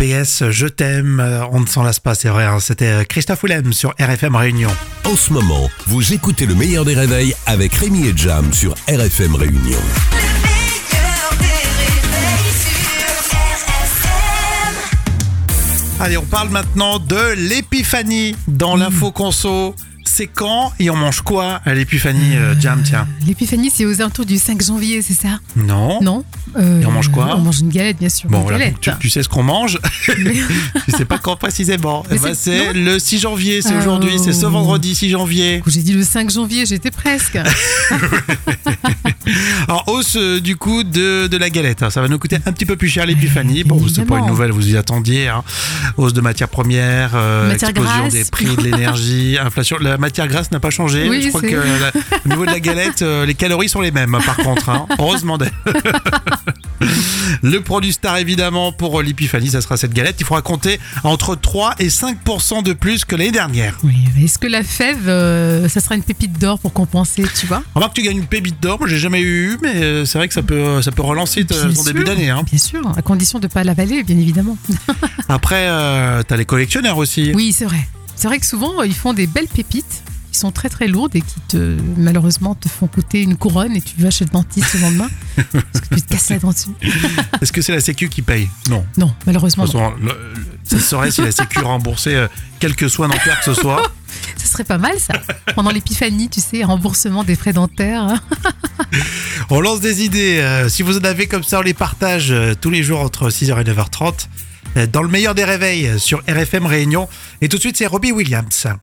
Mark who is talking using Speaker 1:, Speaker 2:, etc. Speaker 1: RBS, je t'aime, euh, on ne s'en lasse pas, c'est vrai. hein. C'était Christophe Willem sur RFM Réunion.
Speaker 2: En ce moment, vous écoutez le meilleur des réveils avec Rémi et Jam sur RFM Réunion.
Speaker 3: Le meilleur des réveils sur RFM.
Speaker 1: Allez, on parle maintenant de l'épiphanie dans
Speaker 4: Mm.
Speaker 1: l'info conso. C'est quand et on mange quoi à l'épiphanie, euh, Jam, tiens
Speaker 4: L'épiphanie, c'est aux alentours du 5 janvier, c'est ça
Speaker 1: Non
Speaker 4: Non Euh,
Speaker 1: Et on mange quoi
Speaker 4: On mange une galette, bien sûr.
Speaker 1: Bon,
Speaker 4: une
Speaker 1: voilà,
Speaker 4: galette.
Speaker 1: donc tu, tu sais ce qu'on mange, tu sais pas quand précisément. Eh
Speaker 4: Mais
Speaker 1: ben,
Speaker 4: c'est-
Speaker 1: c'est le 6 janvier, c'est
Speaker 4: Ah,
Speaker 1: aujourd'hui, c'est ce
Speaker 4: oh.
Speaker 1: vendredi 6 janvier.
Speaker 4: J'ai dit le 5 janvier, j'étais presque.
Speaker 1: Alors, hausse euh, du coup de, de la galette. hein. Ça va nous coûter un petit peu plus cher l'épiphanie. Bon, c'est pas
Speaker 4: Évidemment.
Speaker 1: une nouvelle, vous y attendiez. hein. Hausse de matières premières, euh,
Speaker 4: Matière
Speaker 1: explosion
Speaker 4: grasse.
Speaker 1: des prix de l'énergie, inflation. La matière grasse n'a pas changé.
Speaker 4: Oui,
Speaker 1: Je crois
Speaker 4: c'est-
Speaker 1: que la- au niveau de la galette, euh, les calories sont les mêmes hein, par contre. hein. Heureusement d'ailleurs. Le produit star évidemment pour l'épiphanie, ça sera cette galette. Il faudra compter entre 3 et 5% de plus que l'année dernière.
Speaker 4: Oui, mais est-ce que la fève, euh, ça sera une pépite d'or pour compenser, tu vois
Speaker 1: Remarque, tu gagnes une pébite d'or, moi j'ai jamais eu, mais euh, c'est vrai que ça peut, ça peut relancer
Speaker 4: Bien
Speaker 1: euh, ton
Speaker 4: sûr.
Speaker 1: début d'année. hein.
Speaker 4: Bien sûr, à condition de ne pas l'avaler, bien évidemment.
Speaker 1: Après, euh, t'as les collectionneurs aussi.
Speaker 4: Oui, c'est vrai. C'est vrai que souvent, euh, ils font des belles pépites qui sont très très lourdes et qui te, malheureusement te font coûter une couronne et tu vas chez le dentiste le lendemain parce que tu te casses la denture.
Speaker 1: Est-ce que c'est la Sécu qui paye Non.
Speaker 4: Non, malheureusement,
Speaker 1: De
Speaker 4: non.
Speaker 1: toute façon, le- le- ça serait si la Sécu remboursait euh, quelques soins dentaires que ce soit.
Speaker 4: ça serait pas mal ça. Pendant l'épiphanie, tu sais, remboursement des frais dentaires. hein.
Speaker 1: On lance des idées. euh, si vous en avez comme ça, on les partage euh, tous les jours entre 6h et 9h30 euh, dans le meilleur des réveils euh, sur RFM Réunion. Et tout de suite, c'est Robbie Williams.